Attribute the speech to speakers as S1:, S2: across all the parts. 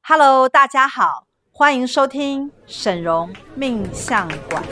S1: Hello，大家好，欢迎收听沈荣命相馆。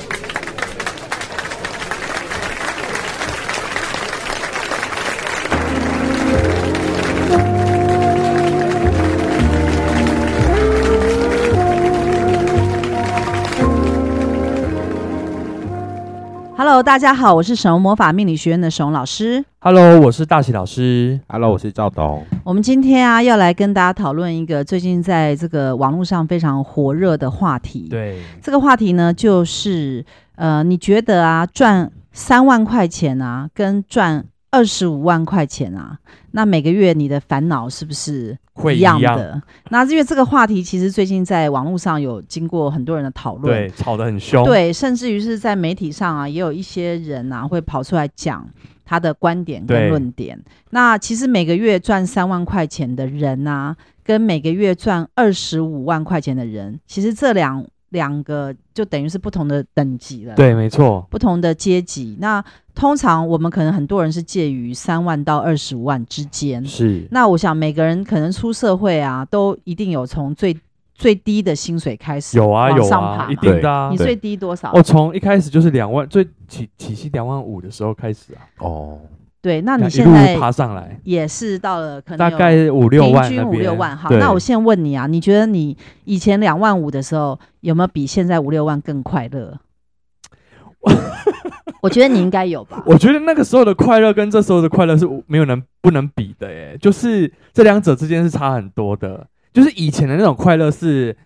S1: Hello，大家好，我是沈荣魔法命理学院的沈荣老师。
S2: Hello，我是大喜老师。
S3: 啊 Hello，我是赵董。
S1: 我们今天啊，要来跟大家讨论一个最近在这个网络上非常火热的话题。
S2: 对，
S1: 这个话题呢，就是呃，你觉得啊，赚三万块钱啊，跟赚二十五万块钱啊，那每个月你的烦恼是不是
S2: 会
S1: 一
S2: 一样
S1: 样的？那因为这个话题其实最近在网络上有经过很多人的讨论，
S2: 对，吵得很凶。，
S1: 对，甚至于是在媒体上啊，也有一些人啊会跑出来讲他的观点跟
S2: 对
S1: 论点。那其实每个月赚三万块钱的人啊，跟每个月赚二十五万块钱的人，其实这两两个就等于是不同的等级了。。
S2: 对，没错，
S1: 不同的阶级，那通常我们可能很多人是介于三万到二十五万之间。
S2: 是，
S1: 那我想每个人可能出社会啊，都一定有从最最低的薪水开始
S2: 有啊
S1: 往
S2: 有
S1: 上爬
S2: 啊，一
S1: 嘛
S2: 定的啊
S1: 你。
S3: 对
S1: 最低多少？
S2: 我从一开始就是两万，最起起薪两万五的时候开始啊，
S3: 哦，
S1: 对，那
S2: 那
S1: 你
S2: 一
S1: 现
S2: 路
S1: 在
S2: 爬上来，
S1: 也是到了可能
S2: 大
S1: 有
S2: 概五六
S1: 平
S2: 万
S1: 均
S2: 那
S1: 五
S2: 边。
S1: 六万。好，
S3: 对
S1: 那我现在问你啊，你觉得你以前两万五的时候，有没有比现在五六万更快 乐？我觉得你应该有吧。
S2: 我觉得那个时候的快乐跟这时候的快乐是没有能不能比的耶，就是这两者之间是差很多的。就是以前的那种快乐是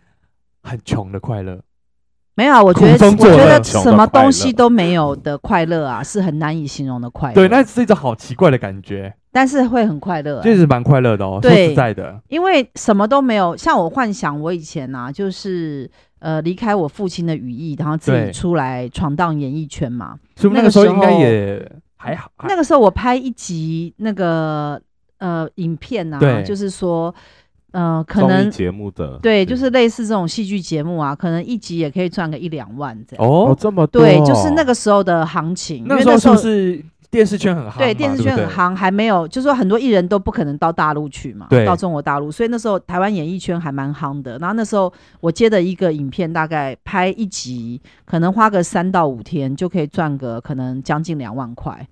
S2: 很穷的快乐，
S1: 没有啊，我觉得
S2: 苦
S1: 我
S2: 中作
S1: 觉
S2: 乐
S1: 得
S3: 穷的
S1: 什么
S3: 快
S1: 东
S3: 乐
S1: 西都没有的快乐啊，是很难以形容的快乐。
S2: 对，那是一种好奇怪的感觉，
S1: 但是会很快乐、
S2: 这是蛮快乐的哦。说
S1: 对
S2: 实在的，
S1: 因为什么都没有。像我幻想，我以前啊，就是呃离开我父亲的羽翼，然后自己
S2: 对
S1: 出来闯荡演艺圈嘛。
S2: 所以我
S1: 那
S2: 们那
S1: 个
S2: 个时候
S1: 时
S2: 应该
S1: 候
S2: 也还好，还
S1: 那个时候我拍一集那个呃影片啊，
S2: 对
S1: 就是说呃可
S3: 综艺
S1: 能
S3: 节目的
S1: 对，就是类似这种戏剧节目啊，可能一集也可以赚个一两万这样。
S2: 哦
S3: 哦，这么多
S1: 对，就是那个时候的行情，
S2: 那
S1: 因为
S2: 时候是不是电视圈很夯？
S1: 对电视圈很。夯，还没有，就是说很多艺人都不可能到大陆去嘛，
S2: 对
S1: 到中国大陆，所以那时候台湾演艺圈还蛮夯的。然后那时候我接的一个影片，大概拍一集，可能花个三到五天就可以赚个可能将近两万块。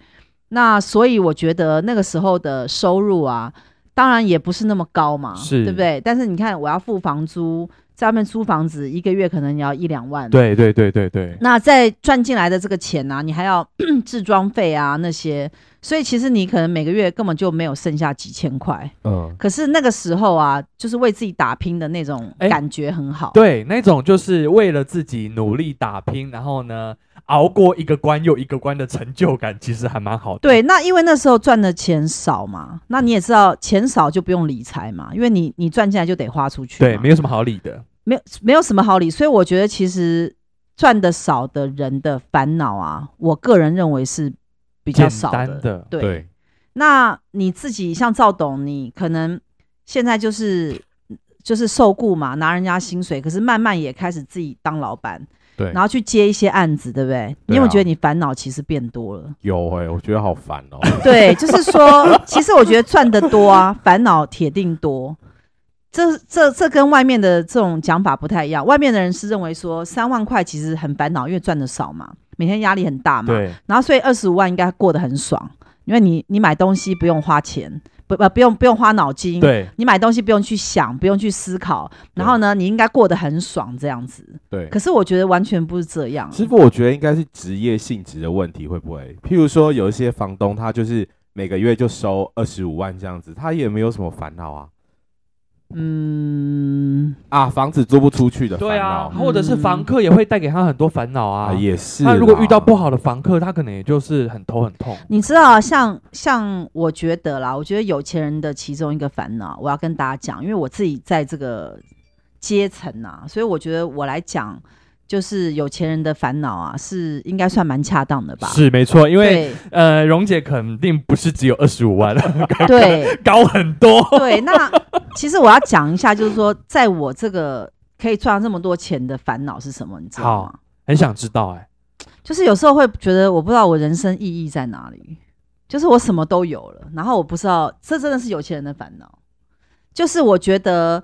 S1: 那所以我觉得那个时候的收入啊，当然也不是那么高嘛，
S2: 是
S1: 对不对？但是你看，我要付房租，在外面租房子，一个月可能也要一两万，
S2: 对对对对对
S1: 那在赚进来的这个钱呢、你还要 置装费啊那些，所以其实你可能每个月根本就没有剩下几千块。
S3: 嗯，
S1: 可是那个时候啊，就是为自己打拼的那种
S2: 哎
S1: 感觉很好。
S2: 对，那种就是为了自己努力打拼，然后呢，熬过一个关又一个关的成就感，其实还蛮好的。
S1: 对，那因为那时候赚的钱少嘛，那你也知道钱少就不用理财嘛，因为你你赚进来就得花出去嘛。
S2: 对，没有什么好理的。
S1: 没有没有什么好理，所以我觉得其实赚的少的人的烦恼啊，我个人认为是比较
S2: 简
S1: 少
S2: 单的
S1: 对。那你自己像赵董，你可能现在就是就是受雇嘛，拿人家薪水，可是慢慢也开始自己当老板，
S3: 对
S1: 然后去接一些案子，对不对？你有没有觉得你烦恼其实变多 了？
S3: 有哎、我觉得好烦 哦、
S1: 对，就是说，其实我觉得赚得多啊，烦恼铁定多。这这这跟外面的这种讲法不太一样，外面的人是认为说三万块其实很烦恼，因为赚的少嘛，每天压力很大嘛。
S2: 对，
S1: 然后所以二十五万应该过得很爽，因为你你买东西不用花钱，不呃不不用不用花脑筋，
S2: 对，
S1: 你买东西不用去想，不用去思考，然后呢，你应该过得很爽这样子。
S3: 对，
S1: 可是我觉得完全不是这样，
S3: 师傅，我觉得应该是职业性质的问题，会不会？譬如说，有一些房东他就是每个月就收二十五万这样子，他也没有什么烦恼啊
S1: 嗯，
S3: 啊，房子租不出去的
S2: 对
S3: 烦
S2: 啊，
S3: 恼
S1: 嗯
S2: 或者是房客也会带给他很多烦恼啊。
S3: 也是啦。
S2: 他如果遇到不好的房客，他可能也就是很头很痛。
S1: 你知道，像像我觉得啦，我觉得有钱人的其中一个烦恼，我要跟大家讲，因为我自己在这个阶层啊，所以我觉得我来讲，就是有钱人的烦恼啊，是应该算蛮恰当的吧？，
S2: 是没错，因为
S1: 对
S2: 呃，蓉姐肯定不是只有二十五万，
S1: 对。
S2: 高很多。
S1: 对，那其实我要讲一下，就是说，在我这个可以赚到这么多钱的烦恼是什么，你知道吗
S2: 好？很想知道哎，
S1: 就是有时候会觉得我不知道我人生意义在哪里，就是我什么都有了，然后我不知道，这真的是有钱人的烦恼。就是我觉得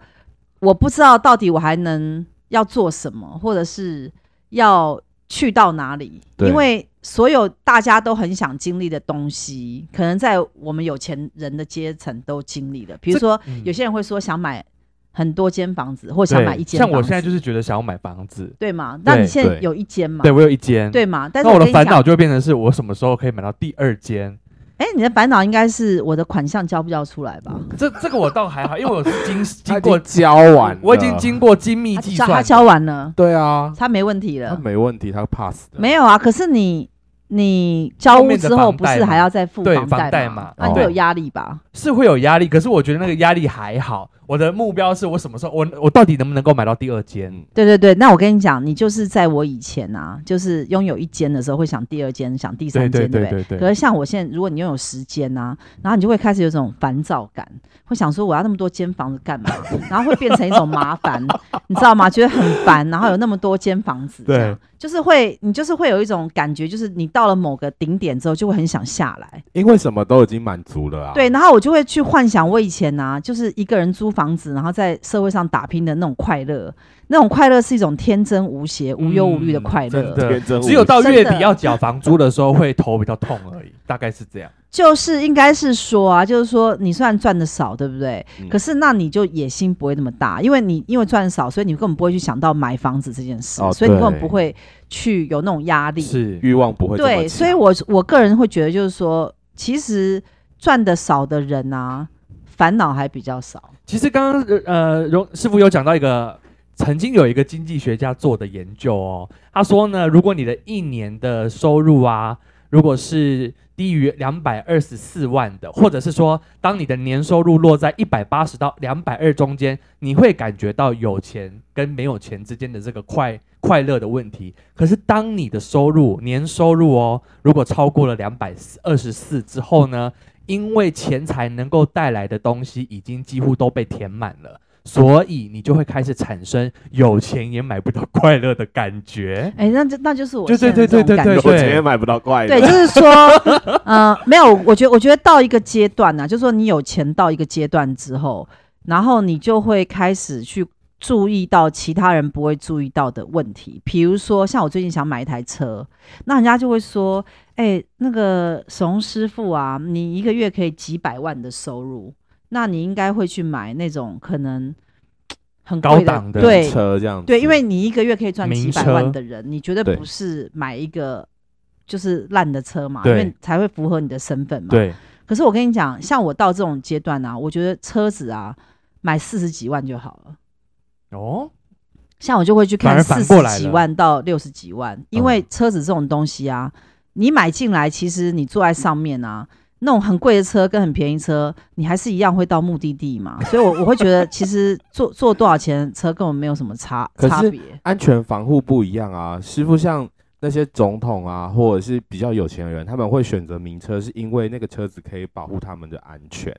S1: 我不知道到底我还能要做什么，或者是要去到哪里，
S3: 对
S1: 因为所有大家都很想经历的东西，可能在我们有钱人的阶层都经历了。比如说，有些人会说想买很多间房子，或想
S2: 对
S1: 买一间房子，
S2: 像我现在就是觉得想要买房子，
S1: 对嘛？那你现在
S3: 对
S1: 有一间嘛？
S2: 对我有一间，，
S1: 对嘛？但是
S2: 那我的
S1: 跟你
S2: 烦
S1: 讲
S2: 恼就会变成是我什么时候可以买到第二间？
S1: 哎、你的烦恼应该是我的款项交不交出来吧？
S2: 这这个我倒还好，因为我是 经经
S3: 经
S2: 过
S3: 过交完了，
S2: 我已经经过精密
S1: 他
S2: 计
S1: 交他
S2: 算，嗯
S1: 交完了，
S3: 对啊，
S1: 他没问题
S3: 他
S1: 了。
S3: 没问题，他 pass 的。
S1: 没有啊，可是你你交屋之后不是还要再付
S2: 对
S1: 房
S2: 房贷
S1: 吗
S2: 嘛？
S1: 那、你
S3: 哦
S1: 会有压力吧？
S2: 是会有压力，可是我觉得那个压力还好。我的目标是我什么时候我我到底能不能够买到第二间？
S1: 对对对，那我跟你讲，你就是在我以前啊，就是拥有一间的时候会想第二间，想第三
S2: 对
S1: 间，
S2: 对
S1: 不对
S2: 对对
S1: 可
S2: 对，
S1: 是像我现在，如果你拥有十间啊，然后你就会开始有种烦躁感，会想说我要那么多间房子 干嘛？然后会变成一种麻烦，你知道吗？觉得很烦，然后有那么多间房子，这样就是会你就是会有一种感觉，就是你到了某个顶点之后，就会很想下来。
S3: 因为什么都已经满足了啊。
S1: 对，，然后我就会去幻想我以前啊，就是一个人租房子，然后在社会上打拼的那种快乐，那种快乐是一种天真无邪、无忧无虑的
S2: 嗯
S1: 快乐。
S2: 真的
S3: 天真无
S2: 只有到
S1: 真
S2: 月底
S1: 的
S2: 要缴房租的时候会头比较痛而已，大概是这样。
S1: 就是应该是说啊，就是说你虽然赚的少，对不对？
S3: 嗯
S1: 可是那你就野心不会那么大，因为你因为赚得少，所以你根本不会去想到买房子这件事，
S3: 哦
S1: 所以你根本
S3: 对
S1: 不会去有那种压力。
S2: 是，
S3: 欲望不会这么
S1: 对，
S3: 强
S1: 所以我我个人会觉得，就是说，其实赚的少的人啊，烦恼还比较少。
S2: 其实刚刚呃呃荣师傅有讲到一个，曾经有一个经济学家做的研究哦，他说呢，如果你的一年的收入啊，如果是低于两百二十四万的，或者是说，当你的年收入落在一百八十到两百二中间，你会感觉到有钱跟没有钱之间的这个快快乐的问题。可是，当你的收入年收入哦，如果超过了两百二十四之后呢，因为钱财能够带来的东西已经几乎都被填满了，所以你就会开始产生有钱也买不到快乐的感觉。
S1: 哎，那就那就是我
S2: 对对
S1: 现在
S2: 对
S1: 这种
S2: 对对
S1: 感
S2: 对
S1: 觉
S3: 有钱也买不到快乐。
S1: 对，就是 说，呃，没有，我觉得，我觉得到一个阶段呢、就是说你有钱到一个阶段之后，然后你就会开始去注意到其他人不会注意到的问题，比如说像我最近想买一台车，那人家就会说，哎、那个怂师傅啊，你一个月可以几百万的收入，那你应该会去买那种可能很
S2: 高
S1: 贵
S2: 档的
S1: 对
S3: 车这样子。
S1: 对，因为你一个月可以赚
S2: 名
S1: 几百
S2: 车
S1: 万的人，你绝对
S3: 对
S1: 不是买一个就是烂的车嘛，因
S2: 对
S1: 为才会符合你的身份嘛。。
S2: 对，
S1: 可是我跟你讲，像我到这种阶段啊，我觉得车子啊，买四十几万就好了。
S2: 哦，
S1: 像我就会去
S2: 反
S1: 看
S2: 而
S1: 四
S2: 反
S1: 十
S2: 过来了嗯
S1: 几万到六十几万，因为车子这种东西啊，你买进来，其实你坐在上面啊，那种很贵的车跟很便宜车，你还是一样会到目的地嘛。所以我，我会觉得，其实坐坐多少钱的车根本没有什么差
S3: 可是
S1: 差别。
S3: 安全防护不一样啊，师傅像那些总统啊，或者是比较有钱的人，他们会选择名车，是因为那个车子可以保护他们的安全。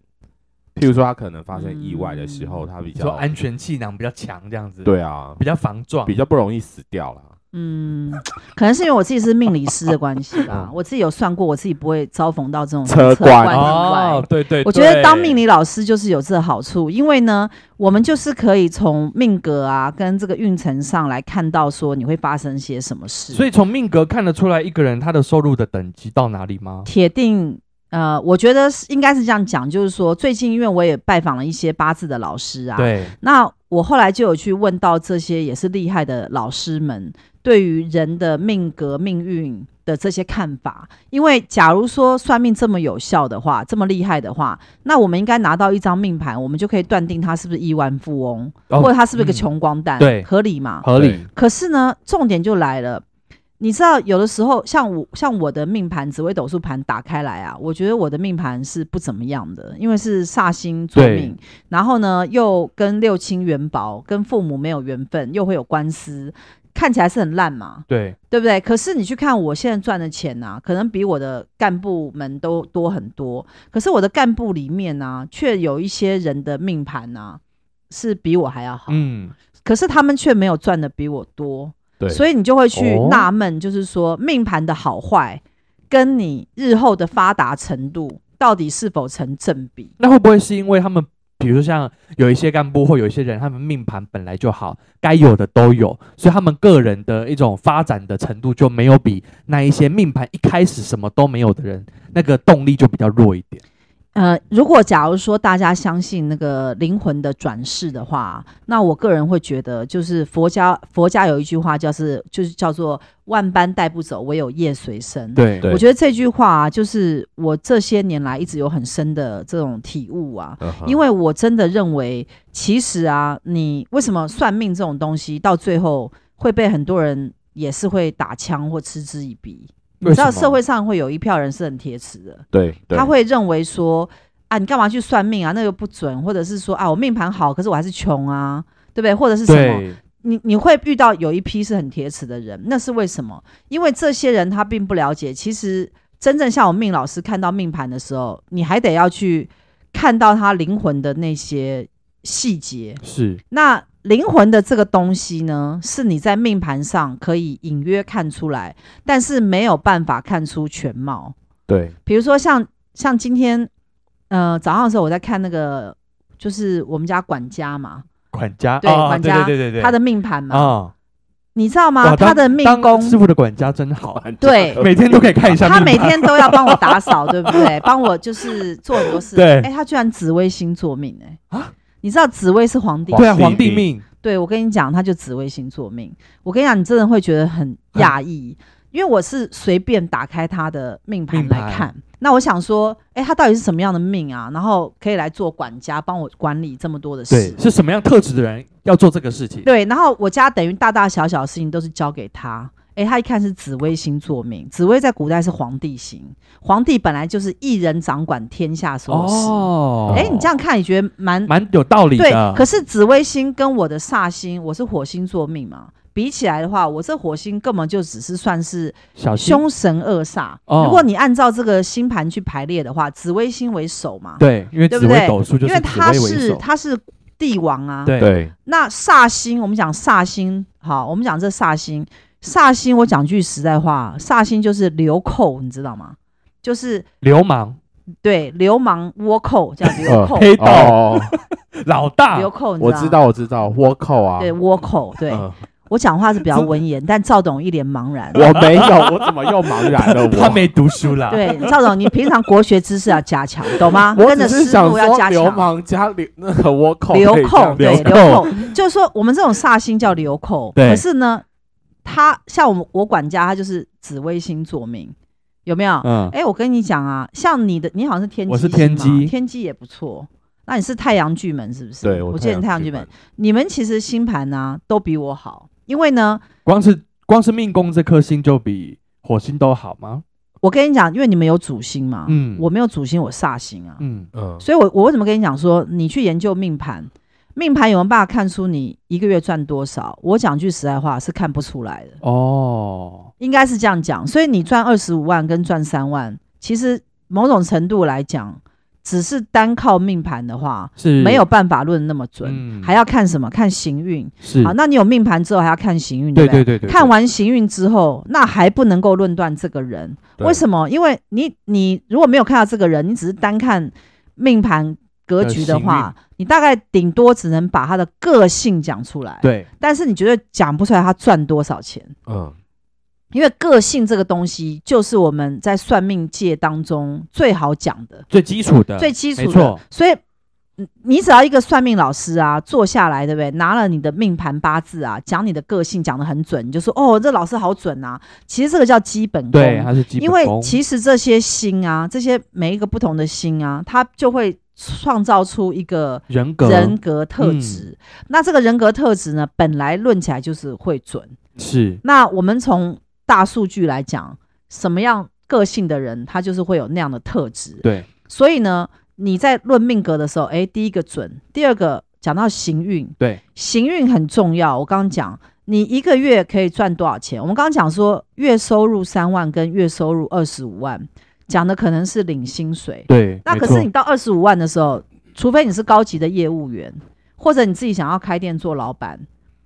S3: 譬如说，他可能发生意外的时候，
S1: 嗯
S3: 他比
S2: 你说
S3: 较
S2: 安全气囊比较强，这样子，，
S3: 对啊，
S2: 比较防撞，
S3: 比较不容易死掉啦。
S1: 嗯，可能是因为我自己是命理师的关系吧
S2: 嗯，
S1: 我自己有算过，我自己不会遭逢到这种
S3: 车
S1: 车
S3: 管
S1: 意外。
S2: 哦，对对，
S1: 我觉得当命
S2: 理
S1: 理老师就是有这个好处，因为呢，我们就是可以从命格啊跟这个运程上来看到说你会发生些什么事，
S2: 所
S1: 以
S2: 以从命格看得出来一个人他的收入的等级到哪里吗？
S1: 铁定。呃，我觉得是应该是这样讲，就是说最近因为我也拜访了一些八字的老师啊，
S2: 对，
S1: 那我后来就有去问到这些也是厉害的老师们，对于人的命格、命运的这些看法。因为假如说算命这么有效的话，这么厉害的话，那我们应该拿到一张命盘，我们就可以断定他是不是亿万富翁，
S2: 哦
S1: 或者他是不是个
S2: 嗯
S1: 穷光蛋，
S2: 对
S1: 合理嘛？
S2: 合理，
S1: 可是呢，重点就来了。你知道，有的时候像我像我的命盘紫微斗数盘打开来啊，我觉得我的命盘是不怎么样的，因为是煞星作
S2: 对
S1: 命，然后呢又跟六亲缘薄，跟父母没有缘分，又会有官司，看起来是很烂嘛，
S2: 对，
S1: 对不对？可是你去看我现在赚的钱啊，可能比我的干部们都多很多，可是我的干部里面呢、却有一些人的命盘啊是比我还要好，
S2: 嗯，
S1: 可是他们却没有赚的比我多，
S3: 对
S1: 所以你就会去
S2: 哦
S1: 纳闷，就是说命盘的好坏跟你日后的发达程度到底是否成正比？
S2: 那会不会是因为他们比如说像有一些干部或有一些人，他们命盘本来就好，该有的都有，所以他们个人的一种发展的程度就没有比那一些命盘一开始什么都没有的人，那个动力就比较弱一点。
S1: 呃，如果假如说大家相信那个灵魂的转世的话，那我个人会觉得，就是佛家佛家有一句话，叫是就是叫做“万般带不走，唯有业随身”。
S2: 对
S3: 对
S1: 我觉得这句话、啊、就是我这些年来一直有很深的这种体悟啊，因
S3: 为
S1: 为我真的认为，其实啊，你为什么算命这种东西到最后会被很多人也是会打枪或嗤之以鼻？你
S2: 为
S1: 知
S2: 什
S1: 道
S2: 么
S1: 社会上会有一票人是很铁齿的，
S3: 对对
S1: 他会认为说啊，你干嘛去算命啊？那又不准，或者是说啊，我命盘好，可是我还是穷啊，对不对？或者是什么？
S2: 对
S1: 你你会遇到有一批是很铁齿的人，那是为什么？因为这些人他并不了解，其实真正像我命老师看到命盘的时候，你还得要去看到他灵魂的那些细节。
S2: 是
S1: 那灵魂的这个东西呢，是你在命盘上可以隐约看出来，但是没有办法看出全貌。
S3: 对
S1: 比如说像像今天，呃，早上的时候我在看那个，就是我们家管家嘛，
S2: 管家，
S1: 对
S2: 啊
S1: 管家
S2: 对对对对对，
S1: 他的命盘嘛，
S2: 啊，
S1: 你知道吗？
S2: 哇
S1: 他
S2: 当
S1: 的命
S2: 当
S1: 宫，
S2: 师傅的管家真 好，
S1: 对
S2: 每天都可以看一下
S1: 他
S2: 命
S1: 每
S2: 盘，
S1: 天都要帮我打扫，对不 对？帮我就是做很多事。
S2: 对
S1: 哎，他居然紫微星座命，哎
S2: 啊，
S1: 你知道紫微是皇帝，
S2: 对啊，
S3: 皇
S2: 皇
S3: 帝
S2: 帝
S3: 命
S2: 命
S1: 对我跟你讲，他就紫微星座命。我跟你讲，你真的会觉得很讶异，
S2: 嗯
S1: 因为我是随便打开他的命盘
S2: 命盘
S1: 来看。那我想说，哎，他到底是什么样的命啊？然后可以来做管家，帮我管理这么多的事
S2: 对。是什么样特质的人要做这个事情？
S1: 对，然后我家等于大大小小的事情都是交给他。诶，他一看是紫微星座命，紫微在古代是皇帝星，皇帝本来就是一人掌管天下所有事。
S2: 哦，
S1: 哎诶，你这样看，你觉得蛮
S2: 蛮有道理
S1: 对
S2: 的。？啊
S1: 可是紫微星跟我的煞星，我是火星座命嘛，比起来的话，我这火星根本就只是算是
S2: 小心
S1: 凶啊神恶煞。
S2: 哦
S1: 如果你按照这个星盘去排列的话，紫微星为首嘛，
S2: 对，因为
S1: 对
S2: 紫
S1: 不
S2: 微
S1: 对
S2: 斗数就
S1: 因为
S2: 是紫微
S1: 他
S2: 为
S1: 是
S2: 首，
S1: 他是帝王啊，
S2: 对
S3: 对
S1: 那煞星，我们讲煞星，好，我们讲这煞星，煞星，我讲句实在话，煞星就是流寇，你知道吗？就是
S2: 流氓
S1: 对流氓倭寇叫流寇，
S2: 黑道
S3: 哦，
S2: 老大
S1: 流，寇，你
S3: 我知呃道我知道，倭寇啊，
S1: 吗，对倭寇，对、
S3: 嗯
S1: 我讲话是比较文言，但赵董一脸茫然。
S3: 我没有，我怎么又茫然了？
S2: 他
S3: 我
S2: 没读书啦。
S1: 对，赵董，你平常国学知识要加强，懂吗？
S3: 我
S1: 啊跟
S3: 只
S1: 着
S3: 是
S1: 师
S3: 想
S1: 傅要
S3: 说
S1: 加
S3: 流
S1: 强。
S3: 氓加流那个倭寇可以
S1: 流
S3: 这样，
S1: 寇，对
S2: 流
S1: 流
S2: 寇
S1: 寇， 就是说我们这种煞星叫流寇，
S2: 对
S1: 可是呢，他像我们我管家，他就是紫微星座命，有没有？
S2: 嗯，
S1: 哎、我跟你讲啊，像你的，你好像是天机，
S2: 我是天
S1: 机，
S2: 机
S1: 天机也不错。那你是太阳巨门是不是？
S3: 对，
S1: 我记
S3: 太
S1: 得你太阳
S3: 巨
S1: 巨门，，你们其实星盘呢、都比我好，因为呢，
S2: 光是光是命宫这颗星就比火星都好吗？
S1: 我跟你讲，因为你们有主星嘛，
S2: 嗯
S1: 啊我没有主星，我煞星啊，
S2: 嗯，
S3: 嗯，
S1: 所以我我为什么跟你讲说，你去研究命盘，命盘有没有办法看出你一个月赚多少？我讲句实在话，是看不出来的。
S2: 哦，
S1: 应该是这样讲。所以你赚二十五万跟赚三万，其实某种程度来讲，只是单靠命盘的话，
S2: 是
S1: 没有办法论那么准，
S2: 嗯
S1: 还要看什么？看行运。
S2: 是
S1: 好，那你有命盘之后还要看行运，
S2: 对
S1: 不对
S2: 对对对，
S1: 看完行运之后，那还不能够论断这个人，
S3: 对
S1: 为什么？因为你你如果没有看到这个人，你只是单看命盘
S2: 呃
S1: 格局的话，你大概顶多只能把他的个性讲出来，
S2: 对
S1: 但是你绝对讲不出来他赚多少钱。
S3: 嗯，
S1: 因为个性这个东西，就是我们在算命界当中最好讲的、
S2: 最基础的
S1: 最基础
S2: 嗯没
S1: 的
S2: 错。
S1: 所以，嗯你只要一个算命老师啊，坐下来，对不对？拿了你的命盘八字啊，讲你的个性讲得很准，你就说哦，这老师好准啊。其实这个叫基本功，
S2: 对，它是基本
S1: 因为
S2: 功
S1: 其实这些星啊，这些每一个不同的星啊，它就会创造出一个
S2: 人格嗯
S1: 人格特质。那这个人格特质呢，本来论起来就是会准。
S2: 是
S1: 那我们从大数据来讲，什么样个性的人，他就是会有那样的特质。
S2: 对
S1: 所以呢，你在论命格的时候，诶，第一个准，第二个讲到行运，
S2: 对
S1: 行运很重要。我刚刚讲，你一个月可以赚多少钱？我们刚刚讲说，月收入三万跟月收入二十五万，讲的可能是领薪水。
S2: 对，
S1: 那
S2: 没
S1: 可是
S2: 错
S1: 你到二十五万的时候，除非你是高级的业务员，或者你自己想要开店做老板，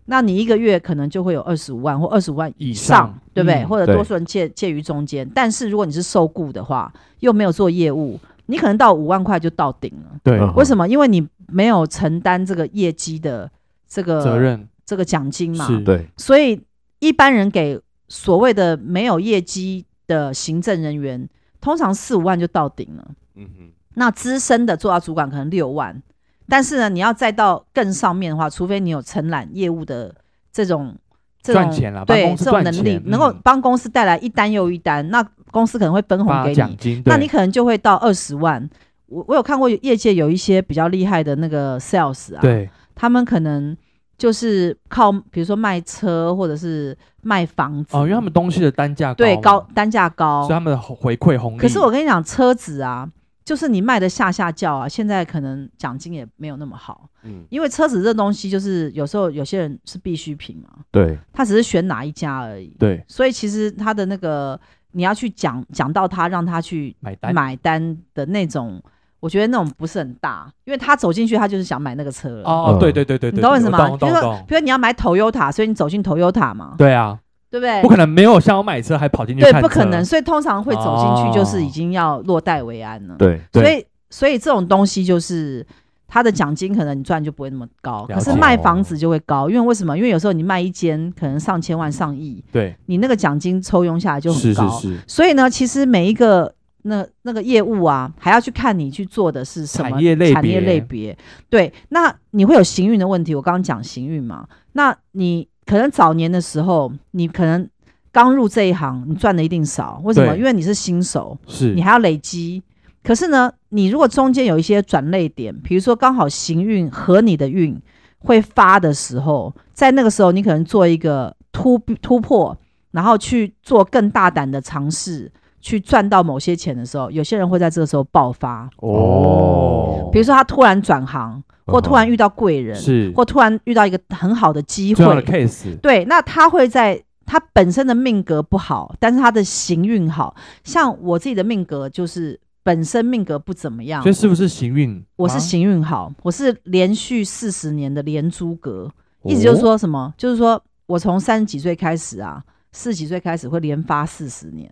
S1: 那你一个月可能就会有二十五万或二十五万
S2: 以
S1: 上，
S2: 上
S1: 对不对？
S2: 嗯
S1: 或者
S3: 对
S1: 多数人介介于中间。但是如果你是受雇的话，又没有做业务，你可能到五万块就到顶了。
S2: 对，
S3: 嗯
S1: 为什么？因为你没有承担这个业绩的这个
S2: 责、任
S1: 这个奖金嘛。
S2: 是，
S3: 对，
S1: 所以一般人给所谓的没有业绩的行政人员，通常四五万就到顶了。
S3: 嗯哼，
S1: 那资深的做到主管可能六万，但是呢，你要再到更上面的话，除非你有承揽业务的这种这种
S2: 赚钱啦，帮
S1: 对
S2: 公司
S1: 这种
S2: 赚
S1: 能力，
S2: 钱
S1: 能够
S2: 嗯
S1: 帮公司带来一单又一单，那公司可能会分红
S2: 发
S1: 给
S2: 奖
S1: 你，
S2: 金，
S1: 那
S2: 对
S1: 你可能就会到二十万。我我有看过业界有一些比较厉害的那个 sales 啊，
S2: 对
S1: 他们可能就是靠比如说卖车或者是卖房子，
S2: 哦，因为他们东西的单价
S1: 对
S2: 嘛
S1: 高，单价高
S2: 所以，他们的回馈红利。
S1: 可是我跟你讲，车子啊，就是你卖的下下轿啊，现在可能奖金也没有那么好，
S3: 嗯，
S1: 因为车子这东西就是有时候有些人是必需品嘛，
S3: 对
S1: 他只是选哪一家而已。
S2: 对
S1: 所以其实他的那个你要去讲讲到他，让他去
S2: 买单
S1: 买单的那种，我觉得那种不是很大，因为他走进去他就是想买那个车了。
S2: 哦，
S3: 嗯
S2: 对对对对对，
S1: 你懂我意思吗？
S2: 懂
S1: 比如说，
S2: 懂懂，
S1: 比如你要买 Toyota，所以你走进 Toyota 嘛，
S2: 对啊，
S1: 对不对？
S2: 不可能没有想要买车还跑进去
S1: 对，
S2: 看
S1: 不可
S2: 车
S1: 能。所以通常会走进去就是
S2: 哦
S1: 已经要落袋为安了。
S3: 对
S2: 对
S1: 所以所以这种东西就是它的奖金可能你赚就不会那么高，
S2: 了解
S1: 可是卖房子就会高，因为为什么？因为有时候你卖一间可能上千万上亿，
S2: 对，
S1: 你那个奖金抽佣下来就很
S3: 是
S1: 高。
S3: 是是，
S1: 所以呢，其实每一个那那个业务啊，还要去看你去做的是什么
S2: 产业类别
S1: 产业类别。对，那你会有行运的问题，我刚刚讲行运嘛，那你可能早年的时候，你可能刚入这一行，你赚的一定少，为什么？
S2: 对
S1: 因为你是新手，
S2: 是
S1: 你还要累积。可是呢，你如果中间有一些转类点，比如说刚好行运和你的运会发的时候，在那个时候你可能做一个突突破，然后去做更大胆的尝试，去赚到某些钱的时候，有些人会在这个时候爆发。
S2: 哦
S3: 哦嗯
S1: 比如说他突然转行，或突然遇到贵人，
S2: 嗯是
S1: 或突然遇到一个很好的机
S2: 重要的
S1: 会，
S2: case，
S1: 对，那他会在他本身的命格不好，但是他的行运好。像我自己的命格就是本身命格不怎么样
S2: 所以，是不是行运？
S1: 我是
S2: 啊，
S1: 行运好，我是连续四十年的连珠格，
S2: 哦
S1: 意思就是说什么？就是说我从三十几岁开始啊，四十几岁开始会连发四十年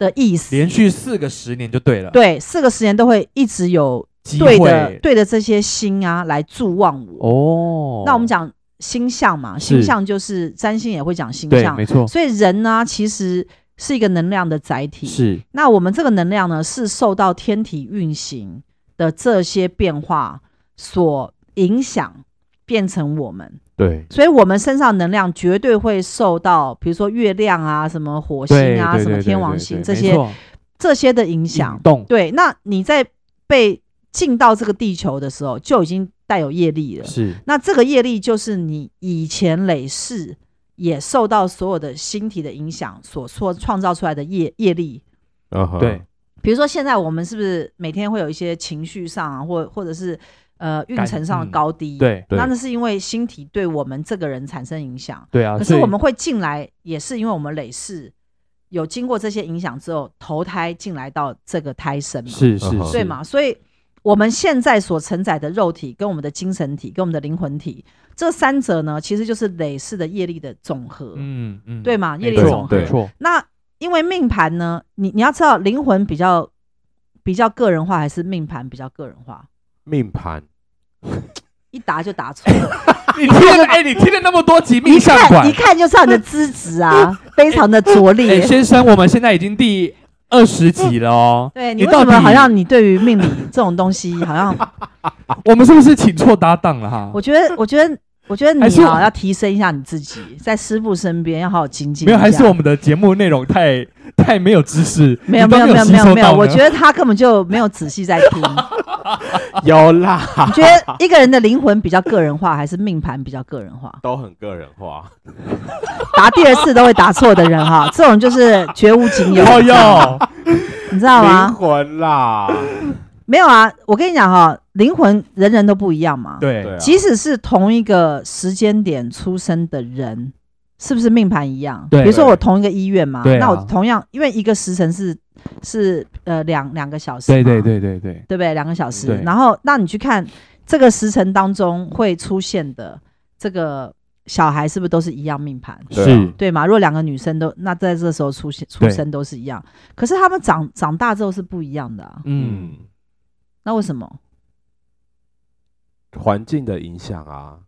S1: 的意思。
S2: 连续四个十年就对了，
S1: 对，四个十年都会一直有
S2: 机
S1: 对的
S2: 会
S1: 对的这些星啊来助望我。
S2: 哦。
S1: 那我们讲星象嘛，
S2: 是
S1: 星象就是占星也会讲星
S2: 对，
S1: 象，
S2: 没错，
S1: 所以人呢，其实是一个能量的载体。
S2: 是
S1: 那我们这个能量呢，是受到天体运行的这些变化所影响，变成我们。
S3: 对
S1: 所以，我们身上能量绝对会受到，比如说月亮啊、什么火星
S2: 对
S1: 啊、
S2: 对
S1: 什么
S2: 对
S1: 天
S2: 对
S1: 王
S2: 对
S1: 星
S2: 对
S1: 这
S2: 没
S1: 些
S2: 错嗯
S1: 这些的影响
S2: 引。动
S1: 对，那你在被进到这个地球的时候，就已经带有业力了。
S2: 是
S1: 那这个业力就是你以前累世也受到所有的星体的影响所创创造出来的业业力。
S3: 嗯哼
S2: 对
S1: 比如说，现在我们是不是每天会有一些情绪上啊，或或者是呃运
S2: 感
S1: 程上的
S2: 嗯
S1: 高低？，
S2: 对
S3: 对
S1: 那那是因为星体对我们这个人产生影响。
S2: 对啊。
S1: 可是
S2: 所以
S1: 我们会进来，也是因为我们累世有经过这些影响之后，投胎进来到这个胎身嘛。
S2: 是是
S3: 嗯哼
S2: 啊是
S1: 对？嘛？所以我们现在所承载的肉体、跟我们的精神体、跟我们的灵魂体，这三者呢，其实就是累世的业力的总和。
S2: 嗯嗯，
S1: 对嘛业力
S2: 没错
S3: 总和
S2: 没错，
S1: 那因为命盘呢，你你要知道，灵魂比较比较个人化，还是命盘比较个人化？
S3: 命盘，
S1: 一答就答错 了，
S2: 你听了哎，你听了那么多 集
S1: 一
S2: 命相
S1: 看
S2: 馆
S1: 一，看就知道你的资质 啊，非常的拙
S2: 哎，
S1: 劣。
S2: 先生，我们现在已经第二十集了哦。
S1: 对你
S2: 你
S1: 为
S2: 到
S1: 什么
S2: 底
S1: 好像你对于命理这种东西，好像
S2: 我们是不是请错搭档了哈？
S1: 我觉得，我觉得，我觉得
S2: 还
S1: 你
S2: 是我
S1: 啊要提升一下你自己，在师傅身边要好好精进一下。
S2: 没有，还是我们的节目内容太太没有知识，
S1: 没有
S2: 你
S1: 没有
S2: 都没
S1: 没有
S2: 吸
S1: 没有
S2: 收
S1: 没有，
S2: 到
S1: 我
S2: 呢
S1: 觉得他根本就没有仔细在 听。你
S3: 有啦，
S1: 觉得一个人的灵魂比较个人化，还是命盘比较个人化？
S3: 都很个人 化，
S1: 答第二次都会答错的人 哈，这种就是绝无仅有，
S2: 哦哟，
S1: 你知道
S3: 灵
S1: 吗？
S3: 魂啦，
S1: 没有啊，我跟你讲哈，灵魂人人都不一样嘛。，
S2: 对
S3: 对啊
S1: 即使是同一个时间点出生的人，是不是命盘一样？
S2: 对
S1: 比如说我同一个医院嘛，
S2: 对啊
S1: 那我同样因为一个时辰是是呃两两个小时，
S2: 对对。对对对，
S1: 对不对？两个小时
S2: 对，
S1: 然后那你去看这个时辰当中会出现的这个小孩是不是都是一样命盘？
S3: 对啊
S2: 是
S1: 对吗？如果两个女生都那在这时候出现出
S2: 对
S1: 生都是一样，可是他们长长大之后是不一样的啊。
S2: 嗯
S3: 嗯，
S1: 那为什么？
S3: 环境的影响啊，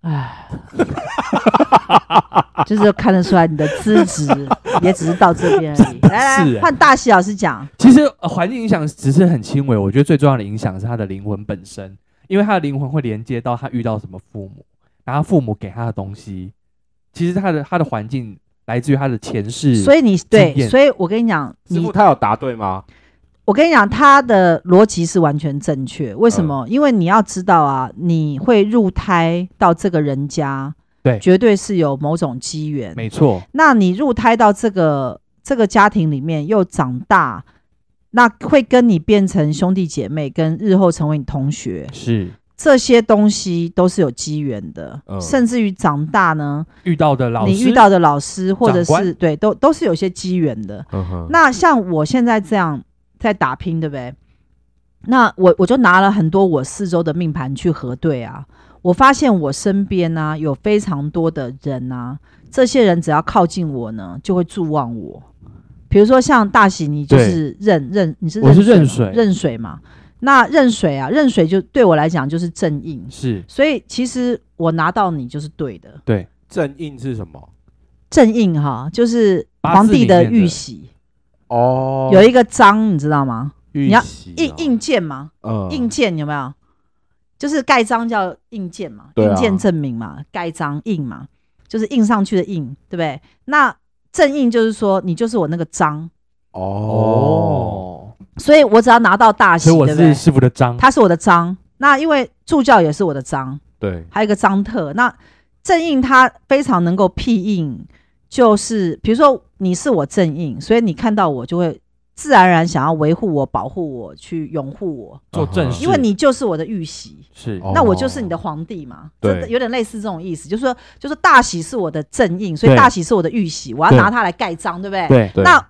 S1: 唉， 就是看得出来你的资质也只是到这边而已。来
S2: 是
S1: 来，
S2: 欸
S1: 换大喜老师讲，
S2: 其实呃环、境影响只是很轻微，我觉得最重要的影响是他的灵魂本身，因为他的灵魂会连接到他遇到什么父母，然后父母给他的东西，其实他的他的环境来自于他的前世，
S1: 所以你
S2: 经
S1: 对，
S2: 验
S1: 所以我跟你讲，
S3: 师
S1: 你
S3: 傅他有答对吗？
S1: 我跟你讲，他的逻辑是完全正确。为什
S2: 嗯
S1: 么？因为你要知道啊，你会入胎到这个人家，
S2: 对
S1: 绝对是有某种机缘。
S2: 没错，
S1: 那你入胎到这个这个家庭里面，又长大，那会跟你变成兄弟姐妹，跟日后成为你同学，
S2: 是
S1: 这些东西都是有机缘的。
S3: 嗯
S1: 甚至于长大呢，
S2: 遇到的老师，
S1: 你遇到的老师或者
S2: 长官
S1: 是对，都都是有些机缘的。
S3: 嗯哼，
S1: 那像我现在这样在打拼，对不对？那我我就拿了很多我四周的命盘去核对啊，我发现我身边呢、有非常多的人啊，这些人只要靠近我呢，就会助望我。比如说像大喜，你就是认认你是
S2: 我是
S1: 认
S2: 认水，
S1: 认水嘛，那认水啊，认水就对我来讲就是正印，
S2: 是
S1: 所以其实我拿到你就是对的，
S2: 对，
S3: 正印是什么？
S1: 正印哈就是
S2: 八
S1: 皇
S2: 字
S1: 帝
S2: 里
S1: 的
S2: 面的
S1: 玉玺，
S3: 哦，
S1: 有一个章你知道吗？
S3: 玉
S1: 你要
S3: 玺
S1: 印
S3: 哦
S1: 印鉴嘛，
S3: 嗯
S1: 印鉴有没有？就是盖章叫印鉴嘛，
S3: 对啊
S1: 印鉴证明嘛，盖章印嘛，就是印上去的印，对不对？那正印就是说你就是我那个章，
S3: 哦，，
S1: 所以我只要拿到大喜，
S2: 所以我
S1: 对不
S2: 是
S1: 对？
S2: 师傅的章，
S1: 他是我的章，那因为助教也是我的章，
S3: 对，
S1: 还有一个章特。那正印它非常能够辟印，就是比如说你是我正印，所以你看到我就会自然而然想要维护我、保护我、去拥护我，
S2: 做正
S3: 是
S2: 事，
S1: 因为你就是我的玉玺。
S2: 是
S3: 哦
S1: 那我就是你的皇帝嘛，
S3: 对
S1: 真的有点类似这种意思，就是说，就是大喜是我的正印，所以
S2: 对
S1: 大喜是我的玉玺，我要
S2: 对
S1: 拿它来盖章，对不对？
S2: 对
S3: 对
S1: 那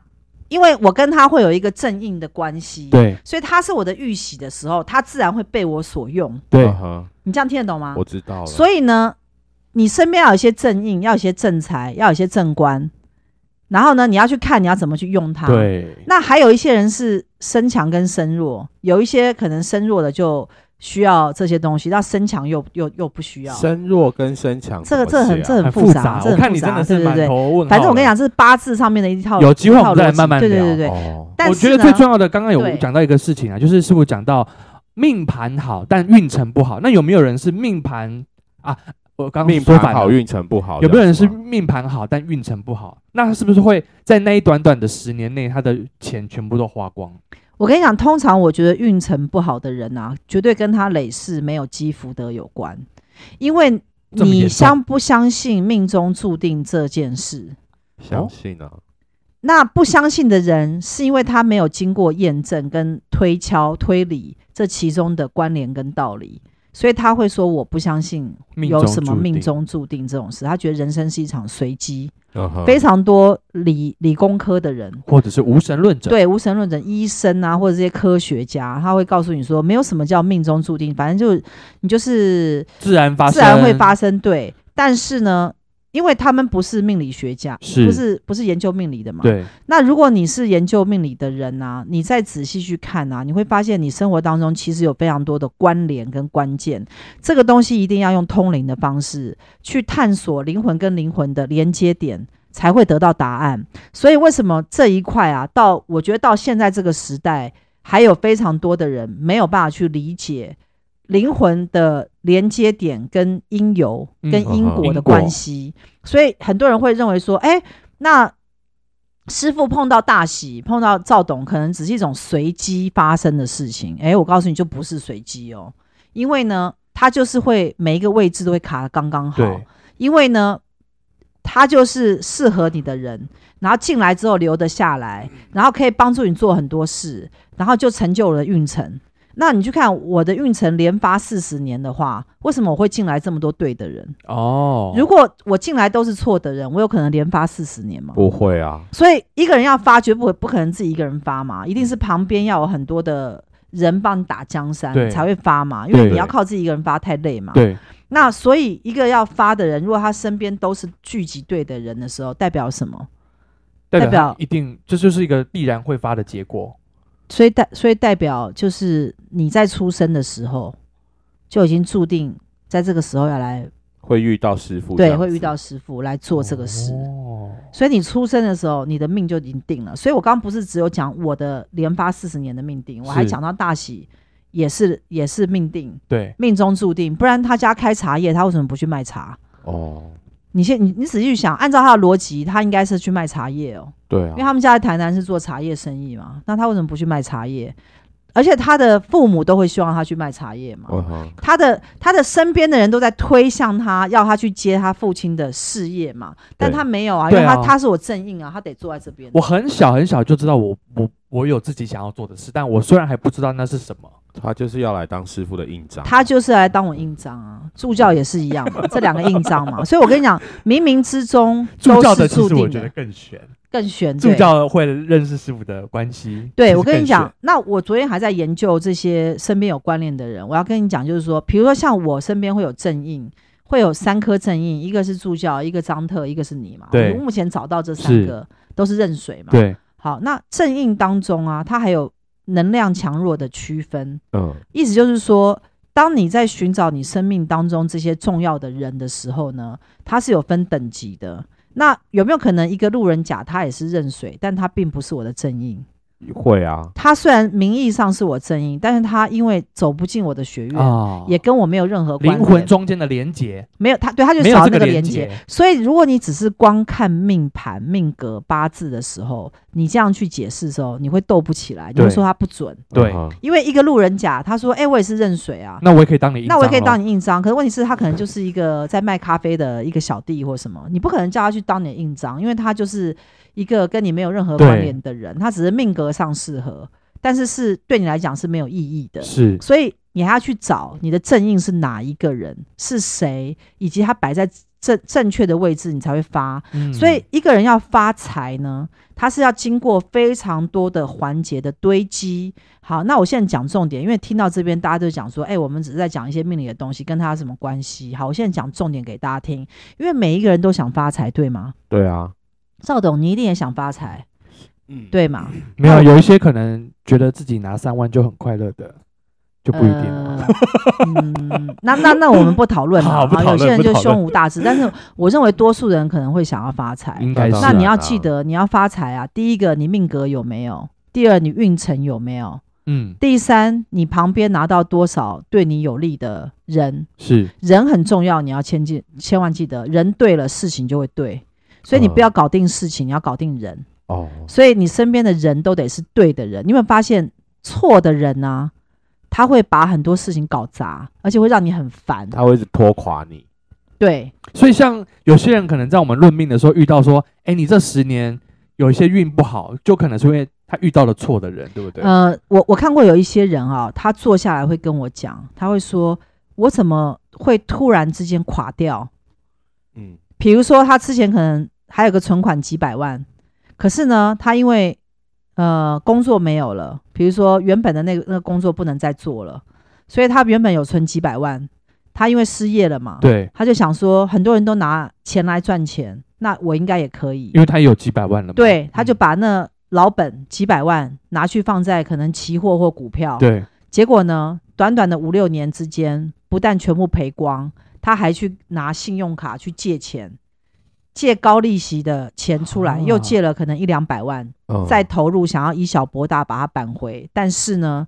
S1: 因为我跟他会有一个正印的关系，，
S2: 对
S1: 所以他是我的玉玺的时候，他自然会被我所用。
S2: 对
S3: 嗯，哼
S1: 你这样听得懂吗？
S3: 我知道了。
S1: 所以呢，你身边要有一些正印，要有一些正财，要有一些正官，然后呢，你要去看你要怎么去用它。
S2: 对，
S1: 那还有一些人是身强跟身弱，有一些可能身弱的就需要这些东西，那身强又又又不需要。
S3: 身弱跟身强
S1: 这
S3: 怎
S1: 个
S3: 么
S1: 这很
S3: 写啊，
S1: 这很
S2: 很
S1: 复
S2: 杂，
S1: 这
S2: 我
S1: 很
S2: 看
S1: 复
S2: 你真
S1: 杂，
S2: 的
S1: 对
S2: 是
S1: 对
S2: 满
S1: 对。
S2: 头问号了。
S1: 反正我跟你讲，这是八字上面的一套，
S2: 有机会
S1: 一套
S2: 我们再来
S1: 逻辑
S2: 慢慢
S1: 对对
S2: 聊
S1: 对对。
S3: 哦，
S1: 但
S2: 我
S1: 是
S2: 觉得
S1: 呢
S2: 最重要的，刚刚有
S1: 对
S2: 讲到一个事情啊，就是师傅讲到命盘好，但运程不好。那有没有人是命盘啊？我刚刚
S3: 命
S2: 说
S3: 盘
S2: 反
S3: 好，
S2: 了，
S3: 运程不好，
S2: 有没有人是
S3: 这样吗
S2: 命盘好但运程不好？那是不是会在那一短短的十年内，他的钱全部都花光？
S1: 我跟你讲，通常我觉得运程不好的人啊，绝对跟他累世没有积福德有关，因为
S2: 这么严
S1: 你
S2: 重
S1: 相不相信命中注定这件事？
S3: 相信啊？
S1: 那不相信的人，是因为他没有经过验证跟推敲、推理这其中的关联跟道理，所以他会说我不相信
S2: 命
S1: 有
S2: 中
S1: 什么
S2: 注
S1: 命
S2: 定
S1: 中注定这种事。他觉得人生是一场随机，
S3: 嗯
S2: 哦
S3: 哼
S1: 非常多理理工科的人。
S2: 或者是无神论者？
S1: 对无神论者、医生啊，或者这些科学家，他会告诉你说，没有什么叫命中注定，反正就你就是
S2: 自然发生，
S1: 自然会发生。对，但是呢，因为他们不是命理学家，
S2: 是
S1: 不是不是研究命理的嘛？
S2: 对
S1: 那如果你是研究命理的人啊，你再仔细去看啊，你会发现你生活当中其实有非常多的关联跟关键。这个东西一定要用通灵的方式去探索灵魂跟灵魂的连接点，才会得到答案。所以为什么这一块啊，到我觉得到现在这个时代，还有非常多的人没有办法去理解。灵魂的连接点跟因由、
S2: 嗯
S1: 跟因果的关系，所以很多人会认为说，哎、那师傅碰到大喜，碰到赵董，可能只是一种随机发生的事情。诶，我告诉你，就不是随机哦，因为呢，它就是会每一个位置都会卡的刚刚好
S2: 对，，
S1: 因为呢，他就是适合你的人，然后进来之后留得下来，
S2: 嗯
S1: 然后可以帮助你做很多事，然后就成就了运程。那你去看我的运程连发四十年的话，为什么我会进来这么多对的人？
S2: 哦，
S1: 如果我进来都是错的人，我有可能连发四十年吗？
S3: 不会啊，
S1: 所以一个人要发，绝不不可能自己一个人发
S2: 嗯
S1: 嘛，一定是旁边要有很多的人帮你打江山
S2: 对
S1: 才会发嘛，因为
S2: 对
S1: 你要靠自己一个人发太累嘛。
S2: 对
S1: 那所以一个要发的人，如果他身边都是聚集队的人的时候，代表什么？
S2: 代
S1: 代表
S2: 表他一定这就是一个必然会发的结果，
S1: 所以代所以代表就是你在出生的时候就已经注定在这个时候要来
S3: 会遇到师傅，
S1: 对，会遇到师傅来做这个事。
S2: 哦
S1: 所以你出生的时候，你的命就已经定了。所以我刚刚不是只有讲我的连发四十年的命定，我还
S2: 是
S1: 讲到大喜也是也是命定，
S2: 对，
S1: 命中注定。不然他家开茶叶，他为什么不去卖茶？
S3: 哦，
S1: 你先你你仔细去想，按照他的逻辑，他应该是去卖茶叶哦，
S3: 对
S1: 因为
S3: 啊，
S1: 他们家在台南是做茶叶生意嘛。那他为什么不去卖茶叶？而且他的父母都会希望他去卖茶叶嘛。
S3: 嗯哼，
S1: 他的他的身边的人都在推向他，要他去接他父亲的事业嘛，但
S3: 对
S1: 他没有啊，因
S2: 对啊
S1: 为他、他是我正印啊，他得坐在这边。
S2: 我很小很小就知道我我我有自己想要做的事，但我虽然还不知道那是什么，
S3: 他就是要来当师傅的印章，
S1: 他就是来当我印章啊，助教也是一样 嘛，这两个印章嘛，所以我跟你讲，冥冥之中
S2: 助
S1: 都
S2: 教
S1: 是
S2: 的其
S1: 注
S2: 实我
S1: 定
S2: 觉得
S1: 的，
S2: 更悬，
S1: 更玄
S2: 助
S1: 对。
S2: 教会认识师傅的关系。其
S1: 对，
S2: 实
S1: 我跟你
S2: 更
S1: 讲
S2: 悬，，
S1: 那我昨天还在研究这些身边有关联的人。我要跟你讲，就是说，比如说像我身边会有正印，会有三颗正印，一个是助教，一个张特，一个是你嘛。
S2: 对
S1: 我目前找到这三
S2: 是
S1: 个都是壬水嘛。。
S2: 对，
S1: 好，那正印当中啊，它还有能量强弱的区分，
S3: 嗯，
S1: 意思就是说，当你在寻找你生命当中这些重要的人的时候呢，它是有分等级的。那有没有可能一个路人甲他也是壬水，但他并不是我的正印？
S3: 会啊，
S1: 他虽然名义上是我正印，但是他因为走不进我的学院，
S2: 啊
S1: 也跟我没有任何关
S2: 灵
S1: 联
S2: 魂中间的连结，
S1: 没有他，对他就
S2: 没有
S1: 少了
S2: 这
S1: 那个
S2: 个连
S1: 连
S2: 结
S1: 接。所以，如果你只是光看命盘、命格、八字的时候，你这样去解释的时候，你会斗不起来，你
S2: 对
S1: 会说他不准。
S2: 对
S3: 嗯哼
S1: 因为一个路人甲，他说：“哎、我也是认水啊。”
S2: 那我也可以当你印章
S1: 那
S2: 咯，
S1: 我也可以当你印章，可是问题是，他可能就是一个在卖咖啡的一个小弟或什么，你不可能叫他去当你的印章，因为他就是一个跟你没有任何
S2: 对
S1: 关联的人，他只是命格上适合，但是是对你来讲是没有意义的，
S2: 是
S1: 所以你还要去找你的正印是哪一个人，是谁，以及他摆在正正确的位置，你才会发。
S2: 嗯
S1: 所以一个人要发财呢，他是要经过非常多的环节的堆积。好，那我现在讲重点，因为听到这边大家都讲说，哎、我们只是在讲一些命理的东西，跟他有什么关系？好，我现在讲重点给大家听，因为每一个人都想发财，对吗？
S3: 对啊，
S1: 赵董，你一定也想发财，
S3: 嗯，
S1: 对吗？
S2: 没有有一些可能觉得自己拿三万就很快乐的，就不一定了。
S1: 呃嗯，那那那我们不讨论
S2: 好
S1: 了，
S2: 不讨
S1: 好，有
S2: 论
S1: 些人
S2: 不
S1: 就
S2: 讨论
S1: 胸无大志，但是我认为多数人可能会想要发财。
S2: 应该是
S1: 呃那你
S3: 当然
S1: 要
S3: 啊
S1: 记得，你要发财啊！第一个，你命格有没有？第二，你运程有没有？
S2: 嗯
S1: 第三，你旁边拿到多少对你有利的人？
S2: 是
S1: 人很重要，你要千记千万记得，人对了，事情就会对。所以你
S3: 嗯
S2: 呃
S1: 不要搞定事情，你要搞定人。
S3: 哦，
S1: 所以你身边的人都得是对的人。你有没有发现错的人呢、他会把很多事情搞砸，而且会让你很烦。
S3: 他会一直拖垮你，
S1: 对，
S2: 所以像有些人可能在我们论命的时候遇到说，哎，你这十年有一些运不好，就可能是因为他遇到了错的人，对不对？
S1: 呃，我我看过有一些人啊，他坐下来会跟我讲，他会说：“我怎么会突然之间垮掉？”
S3: 嗯，
S1: 比如说他之前可能还有个存款几百万，可是呢，他因为呃工作没有了，比如说原本的那个那个工作不能再做了，所以他原本有存几百万，他因为失业了嘛，
S2: 对，
S1: 他就想说很多人都拿钱来赚钱，那我应该也可以
S2: 因，为他也有几百万了嘛。
S1: 对，他就
S2: 嗯
S1: 把那老本几百万拿去放在可能期货或股票，
S2: 对
S1: 结果呢，短短的五六年之间，不但全部赔光，他还去拿信用卡去借钱，借高利息的钱出来，
S2: 啊
S1: 又借了可能一两百万，
S3: 嗯
S1: 再投入想要以小博大把它扳回。但是呢，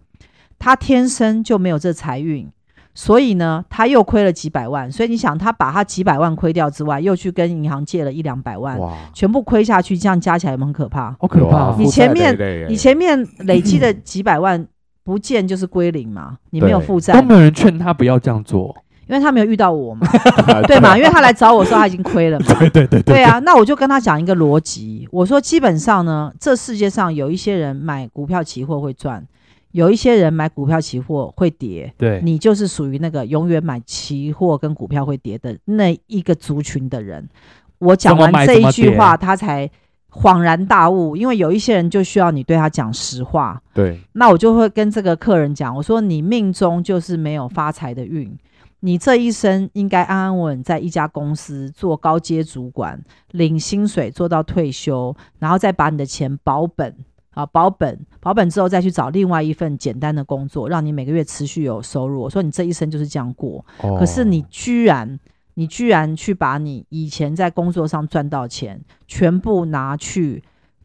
S1: 他天生就没有这财运。所以呢，他又亏了几百万。所以你想，他把他几百万亏掉之外，又去跟银行借了一两百万，
S3: 哇，
S1: 全部亏下去，这样加起来有没有很可怕？
S2: 好可
S3: 有
S2: 怕
S3: 啊
S2: 哦。
S1: 你前面
S3: 负债累累耶
S1: 你前面累积的几百万不见就是归零嘛，你没有负债
S2: 都
S1: 嘛，
S2: 没有人劝他不要这样做。
S1: 因为他没有遇到我 嘛，对嘛？因为他来找我说他已经亏了嘛，
S2: 对对对
S1: 对啊。那我就跟他讲一个逻辑，我说基本上呢，这世界上有一些人买股票期货会赚，有一些人买股票期货会跌，
S2: 对
S1: 你就是属于那个永远买期货跟股票会跌的那一个族群的人。我讲
S2: 怎么
S1: 完
S2: 买
S1: 这
S2: 怎
S1: 一
S2: 么
S1: 句
S2: 跌
S1: 话，他才恍然大悟，因为有一些人就需要你对他讲实话。
S3: 对，
S1: 那我就会跟这个客人讲，我说你命中就是没有发财的运，你这一生应该安安稳稳在一家公司做高阶主管，领薪水做到退休，然后再把你的钱保本。啊，保本，保本之后再去找另外一份简单的工作，让你每个月持续有收入。我说你这一生就是这样过，
S3: 哦
S1: 可是你居然，你居然去把你以前在工作上赚到钱，全部拿去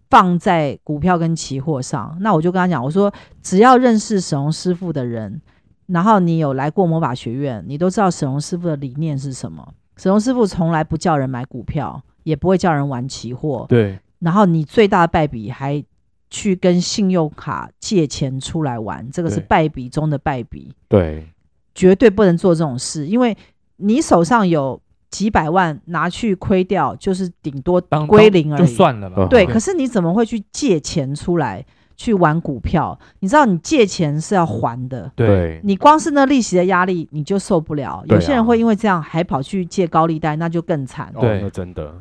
S1: 放在股票跟期货上。那我就跟他讲，我说只要认识沈荣师傅的人，然后你有来过魔法学院，你都知道沈荣师傅的理念是什么。沈荣师傅从来不叫人买股票，也不会叫人玩期货。
S2: 对，
S1: 然后你最大的败笔还去跟信用卡借钱出来玩，这个是
S2: 对
S1: 败笔中的败笔。
S3: 对
S1: 绝对不能做这种事，因为你手上有几百万拿去亏掉，就是顶多
S2: 当
S1: 归零而
S2: 当就
S1: 已。
S2: 算了吧。
S3: 嗯
S1: 对，可是你怎么会去借钱出来去玩股票？你知道你借钱是要还的，
S2: 对，
S1: 你光是那利息的压力你就受不了。
S3: 对啊
S1: 有些人会因为这样还跑去借高利贷，那就更惨。
S3: 哦
S2: 对
S3: 那真的，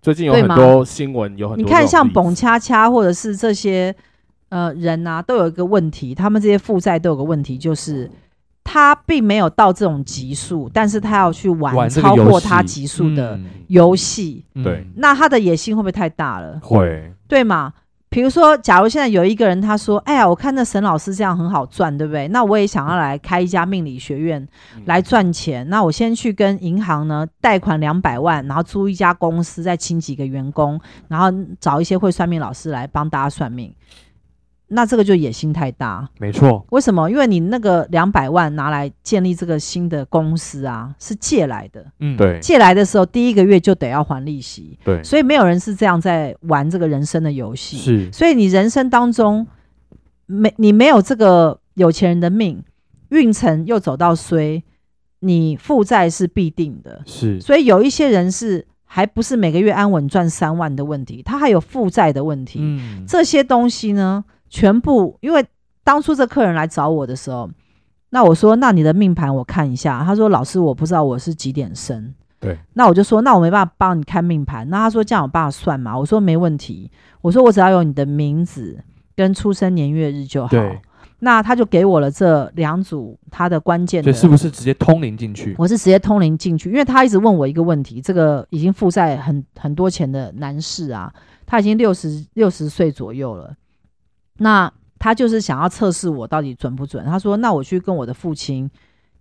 S3: 最近有
S1: 对
S3: 很
S1: 吗
S3: 多新闻，
S2: 啊
S3: 有很
S1: 你
S3: 多
S1: 看，
S3: 这种
S1: 像
S3: 例
S1: 蹦
S3: 子
S1: 恰恰或者是这些呃人啊，都有一个问题，他们这些负债都有个问题，就是他并没有到这种级数，但是他要去玩
S2: 玩这个
S1: 超过
S2: 游戏
S1: 他级数的
S2: 嗯
S1: 游戏，
S3: 对
S2: 嗯
S1: 那他的野心会不会太大了？
S3: 会，
S1: 对吗？比如说，假如现在有一个人他说：“哎呀，我看那沈老师这样很好赚，对不对？那我也想要来开一家命理学院，
S3: 嗯
S1: 来赚钱。那我先去跟银行呢贷款两百万，然后租一家公司，再请几个员工，然后找一些会算命老师来帮大家算命。那这个就野心太大。
S2: 没错，
S1: 为什么？因为你那个两百万拿来建立这个新的公司啊，是借来的。
S2: 嗯，
S3: 对
S1: 借来的时候，第一个月就得要还利息，
S3: 对，
S1: 所以没有人是这样在玩这个人生的游戏。
S2: 是，
S1: 所以你人生当中没你没有这个有钱人的命，运程又走到衰，你负债是必定的。
S2: 是，
S1: 所以有一些人是还不是每个月安稳赚三万的问题，他还有负债的问题。
S2: 嗯，
S1: 这些东西呢，全部因为当初这客人来找我的时候，那我说那你的命盘我看一下，他说老师我不知道我是几点生，
S3: 对，
S1: 那我就说那我没办法帮你看命盘，那他说这样有办法算吗？我说没问题，我说我只要有你的名字跟出生年月日就好
S2: 对。
S1: 那他就给我了这两组他的关键
S2: 所
S1: 的，
S2: 以是不是直接通灵进去？
S1: 我是直接通灵进去，因为他一直问我一个问题，这个已经负债很很多钱的男士啊，他已经六十六十岁左右了，那他就是想要测试我到底准不准。他说：“那我去跟我的父亲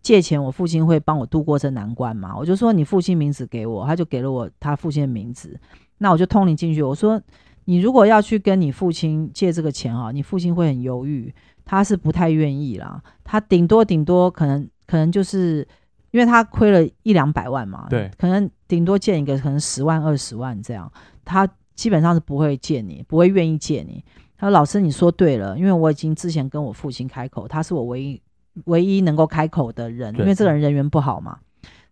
S1: 借钱，我父亲会帮我度过这难关吗？”我就说：“你父亲名字给我。”他就给了我他父亲的名字，那我就通灵进去，我说。你如果要去跟你父亲借这个钱啊，你父亲会很犹豫，他是不太愿意啦。他顶多顶多可能可能就是因为他亏了一两百万嘛，
S2: 对，
S1: 可能顶多借一个可能十万二十万这样，他基本上是不会借你，不会愿意借你。他说：“老师，你说对了，因为我已经之前跟我父亲开口，他是我唯一唯一能够开口的人，
S2: 对
S1: 因为这个人人缘不好嘛。”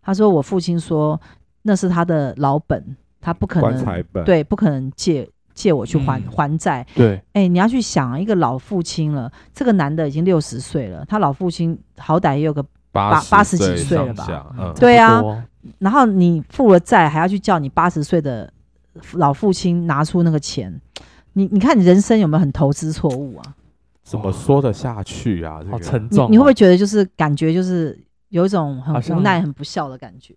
S1: 他说：“我父亲说那是他的老本，他不可
S3: 棺
S1: 能
S3: 材本，
S1: 对，不可能借借我去还、
S2: 嗯
S1: 还债。
S2: 对，
S1: 哎，你要去想，一个老父亲了，这个男的已经六十岁了，他老父亲好歹也有个，
S3: 八
S1: 八十几岁
S3: 上
S1: 了吧
S3: 下嗯，
S1: 对啊
S2: 差不多，
S1: 然后你负了债，还要去叫你八十岁的老父亲拿出那个钱，你你看你人生有没有很投资错误啊？
S3: 怎么说得下去啊？这
S2: 好
S3: 个
S2: 沉
S1: 你
S2: 重哦，
S1: 你会不会觉得就是感觉就是有一种很
S2: 好
S1: 无
S2: 像
S1: 奈、很不孝的感觉？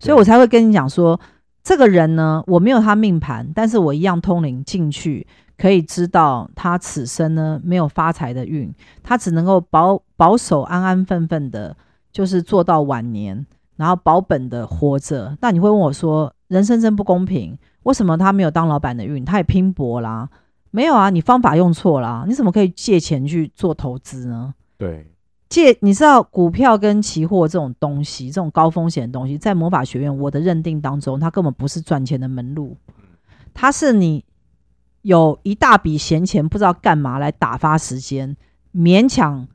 S1: 所以我才会跟你讲说，这个人呢，我没有他命盘，但是我一样通灵进去，可以知道他此生呢没有发财的运，他只能够保保守安安分分的，就是做到晚年，然后保本的活着。那你会问我说，人生真不公平，为什么他没有当老板的运？他也拼搏啦。没有啊，你方法用错啦！你怎么可以借钱去做投资呢？
S3: 对
S1: 借你知道股票跟期货这种东西，这种高风险的东西，在魔法学院我的认定当中，它根本不是赚钱的门路，
S2: 嗯
S1: 它是你有一大笔闲钱不知道干嘛来打发时间，勉强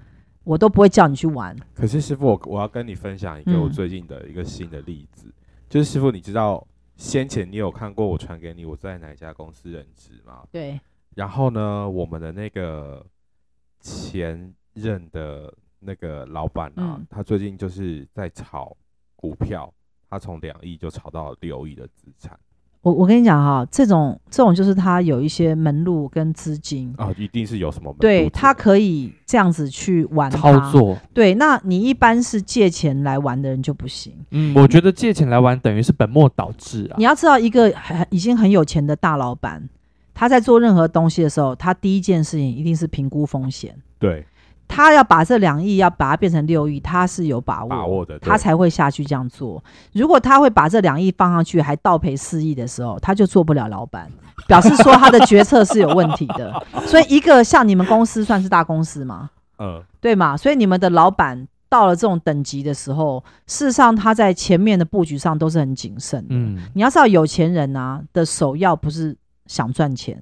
S1: 我都不会叫你去玩。
S3: 可是师傅，我我要跟你分享一个
S1: 嗯
S3: 我最近的一个新的例子，就是师傅，你知道先前你有看过我传给你我在哪一家公司任职吗？
S1: 对，
S3: 然后呢，我们的那个前任的那个老板啊，
S1: 嗯
S3: 他最近就是在炒股票，他从两亿就炒到六亿的资产
S1: 我我跟你讲哈、这种这种就是他有一些门路跟资金，
S3: 啊，一定是有什么门
S1: 对
S3: 路
S1: 他
S3: 之类的
S1: 可以这样子去玩它
S2: 操。作，
S1: 对，那你一般是借钱来玩的人就不行。
S2: 嗯，我觉得借钱来玩等于是本末倒置啊
S1: 你，要知道，一个很已经很有钱的大老板，他在做任何东西的时候，他第一件事情一定是评估风险。
S3: 对，
S1: 他要把这两亿要把它变成六亿，他是有把握，
S3: 把握的，对
S1: 哦他才会下去这样做。如果他会把这两亿放上去，还倒赔四亿的时候，他就做不了老板，表示说他的决策是有问题 的。所以，一个像你们公司算是大公司吗？
S3: 嗯，
S1: 对嘛？所以你们的老板到了这种等级的时候，事实上他在前面的布局上都是很谨慎的。
S2: 嗯，
S1: 你要知道，有钱人啊的首要不是想赚钱。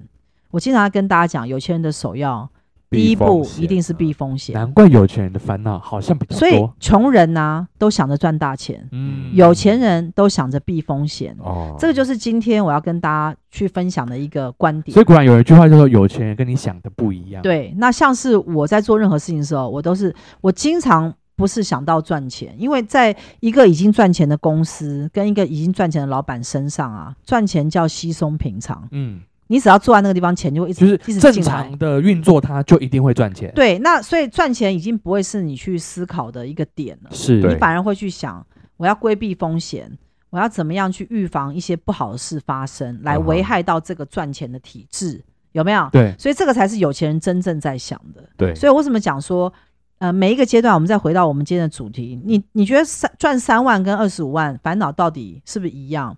S1: 我经常跟大家讲，有钱人的首要第一
S3: 避风
S1: 步
S3: 险
S1: 一定是
S3: 啊
S1: 避风险，
S2: 难怪有钱人的烦恼好像比较
S1: 所以
S2: 多。
S1: 穷人呐、都想着赚大钱，
S2: 嗯
S1: 有钱人都想着避风险。
S3: 哦，
S1: 这个就是今天我要跟大家去分享的一个观点
S2: 所以。果然有一句话叫做“有钱人跟你想的不一样”。，
S1: 对，那像是我在做任何事情的时候，我都是我经常不是想到赚钱，因为在一个已经赚钱的公司跟一个已经赚钱的老板身上啊，赚钱叫稀松平常，
S2: 嗯，
S1: 你只要坐在那个地方，钱就会一
S2: 就
S1: 直
S2: 是
S1: 一直
S2: 正
S1: 进来。
S2: 常的运作，它就一定会赚钱。
S1: 对，那所以赚钱已经不会是你去思考的一个点了，
S2: 是，
S3: 对
S1: 你反而会去想，我要规避风险，我要怎么样去预防一些不好的事发生，来
S2: 啊
S3: 嗯哼
S1: 危害到这个赚钱的体制，有没有？
S2: 对，
S1: 所以这个才是有钱人真正在想的。
S3: 对，
S1: 所以我为什么讲说，呃，每一个阶段，我们再回到我们今天的主题，你你觉得三赚三万跟二十五万烦恼到底是不是一样？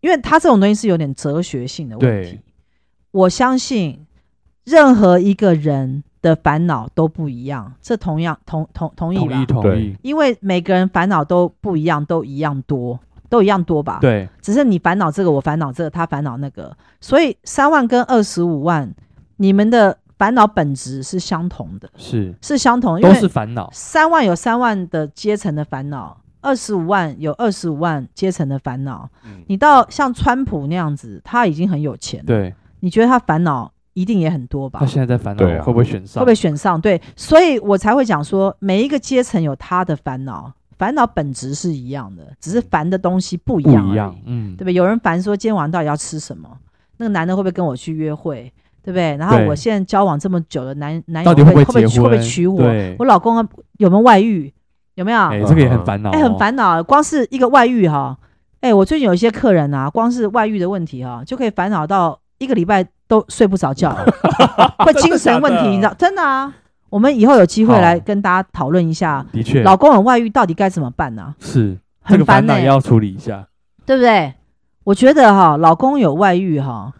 S1: 因为它这种东西是有点哲学性的问题
S2: 对。
S1: 我相信任何一个人的烦恼都不一样，这同样同同同意
S2: 同
S1: 吧
S2: 意？同意，
S1: 因为每个人烦恼都不一样，都一样多，都一样多吧？
S2: 对，
S1: 只是你烦恼这个，我烦恼这个，他烦恼那个，所以三万跟二十五万，你们的烦恼本质是相同的，
S2: 是，
S1: 是相同的，因
S2: 都是
S1: 为
S2: 烦恼。
S1: 三万有三万的阶层的烦恼，二十五万有二十五万阶层的烦恼。
S3: 嗯
S1: 你到像川普那样子，他已经很有钱，，
S2: 对，
S1: 你觉得他烦恼一定也很多吧？
S2: 他现在在烦恼
S3: 对啊
S2: 会不会选
S1: 会
S2: 上？
S1: 不会选上？对，所以我才会讲说，每一个阶层有他的烦恼，烦恼本质是一样的，只是烦的东西不一
S2: 嗯不
S1: 样，
S2: 一样？。嗯
S1: 对，不对？有人烦说今天晚上到底要吃什么？那个男的会不会跟我去约会？对不对？然后
S2: 对
S1: 我现在交往这么久的男男友
S2: 到底
S1: 会
S2: 会
S1: 哎会
S2: 不
S1: 会
S2: 结
S1: 娶
S2: 婚？
S1: 会不会娶我？
S2: 对，
S1: 我老公啊有没有外遇？有没有？
S2: 哎，
S1: 哎、
S2: 这个也很烦恼，
S1: 很。烦恼。啊光是一个外遇哈，哎，我最近有一些客人啊，光是外遇的问题哈，就可以烦恼到一个礼拜都睡不着觉， 会精神问题，你知道？真的啊，我们以后有机会
S2: 好
S1: 来跟大家讨论一下，
S2: 哦的确，
S1: 老公有外遇到底该怎么办呢、
S2: 是这
S1: 很
S2: 个
S1: 烦哎
S2: 烦
S1: 呢、
S2: 恼也要处理一下。
S1: 对不对？我觉得哈，老公有外遇哈，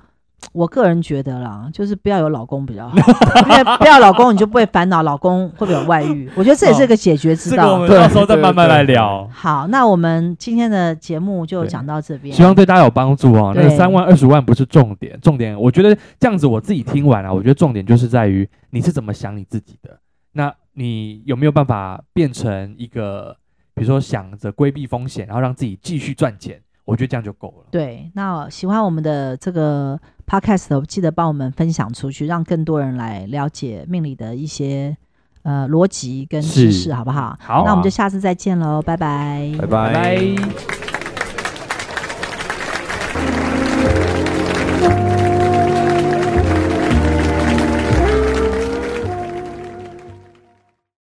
S1: 我个人觉得啦，就是不要有老公比较好， 因为不要老公你就不会烦恼老公会不会有外 遇。我觉得这也是个解决之
S2: 哦这个我
S1: 道。
S2: 们
S3: 对
S2: 到时候再
S3: 对
S2: 慢慢
S3: 对
S2: 来聊。
S1: 好，那我们今天的节目就讲到这边
S2: 希。望对大家有帮助哦。那个
S1: 对
S2: 三万、二十万不是重点，重点我觉得这样子我自己听完啊，我觉得重点就是在于你是怎么想你自己的。那你有没有办法变成一个，比如说想着规避风险，然后让自己继续赚钱？我觉得这样就够了。
S1: 对，那喜欢我们的这个 podcast，记得帮我们分享出去，让更多人来了解命理的一些呃逻辑跟知
S2: 是
S1: 识，好不好？
S2: 好
S1: 那我们
S2: 啊
S1: 就下次再见喽，拜拜。
S3: 拜拜。
S2: 拜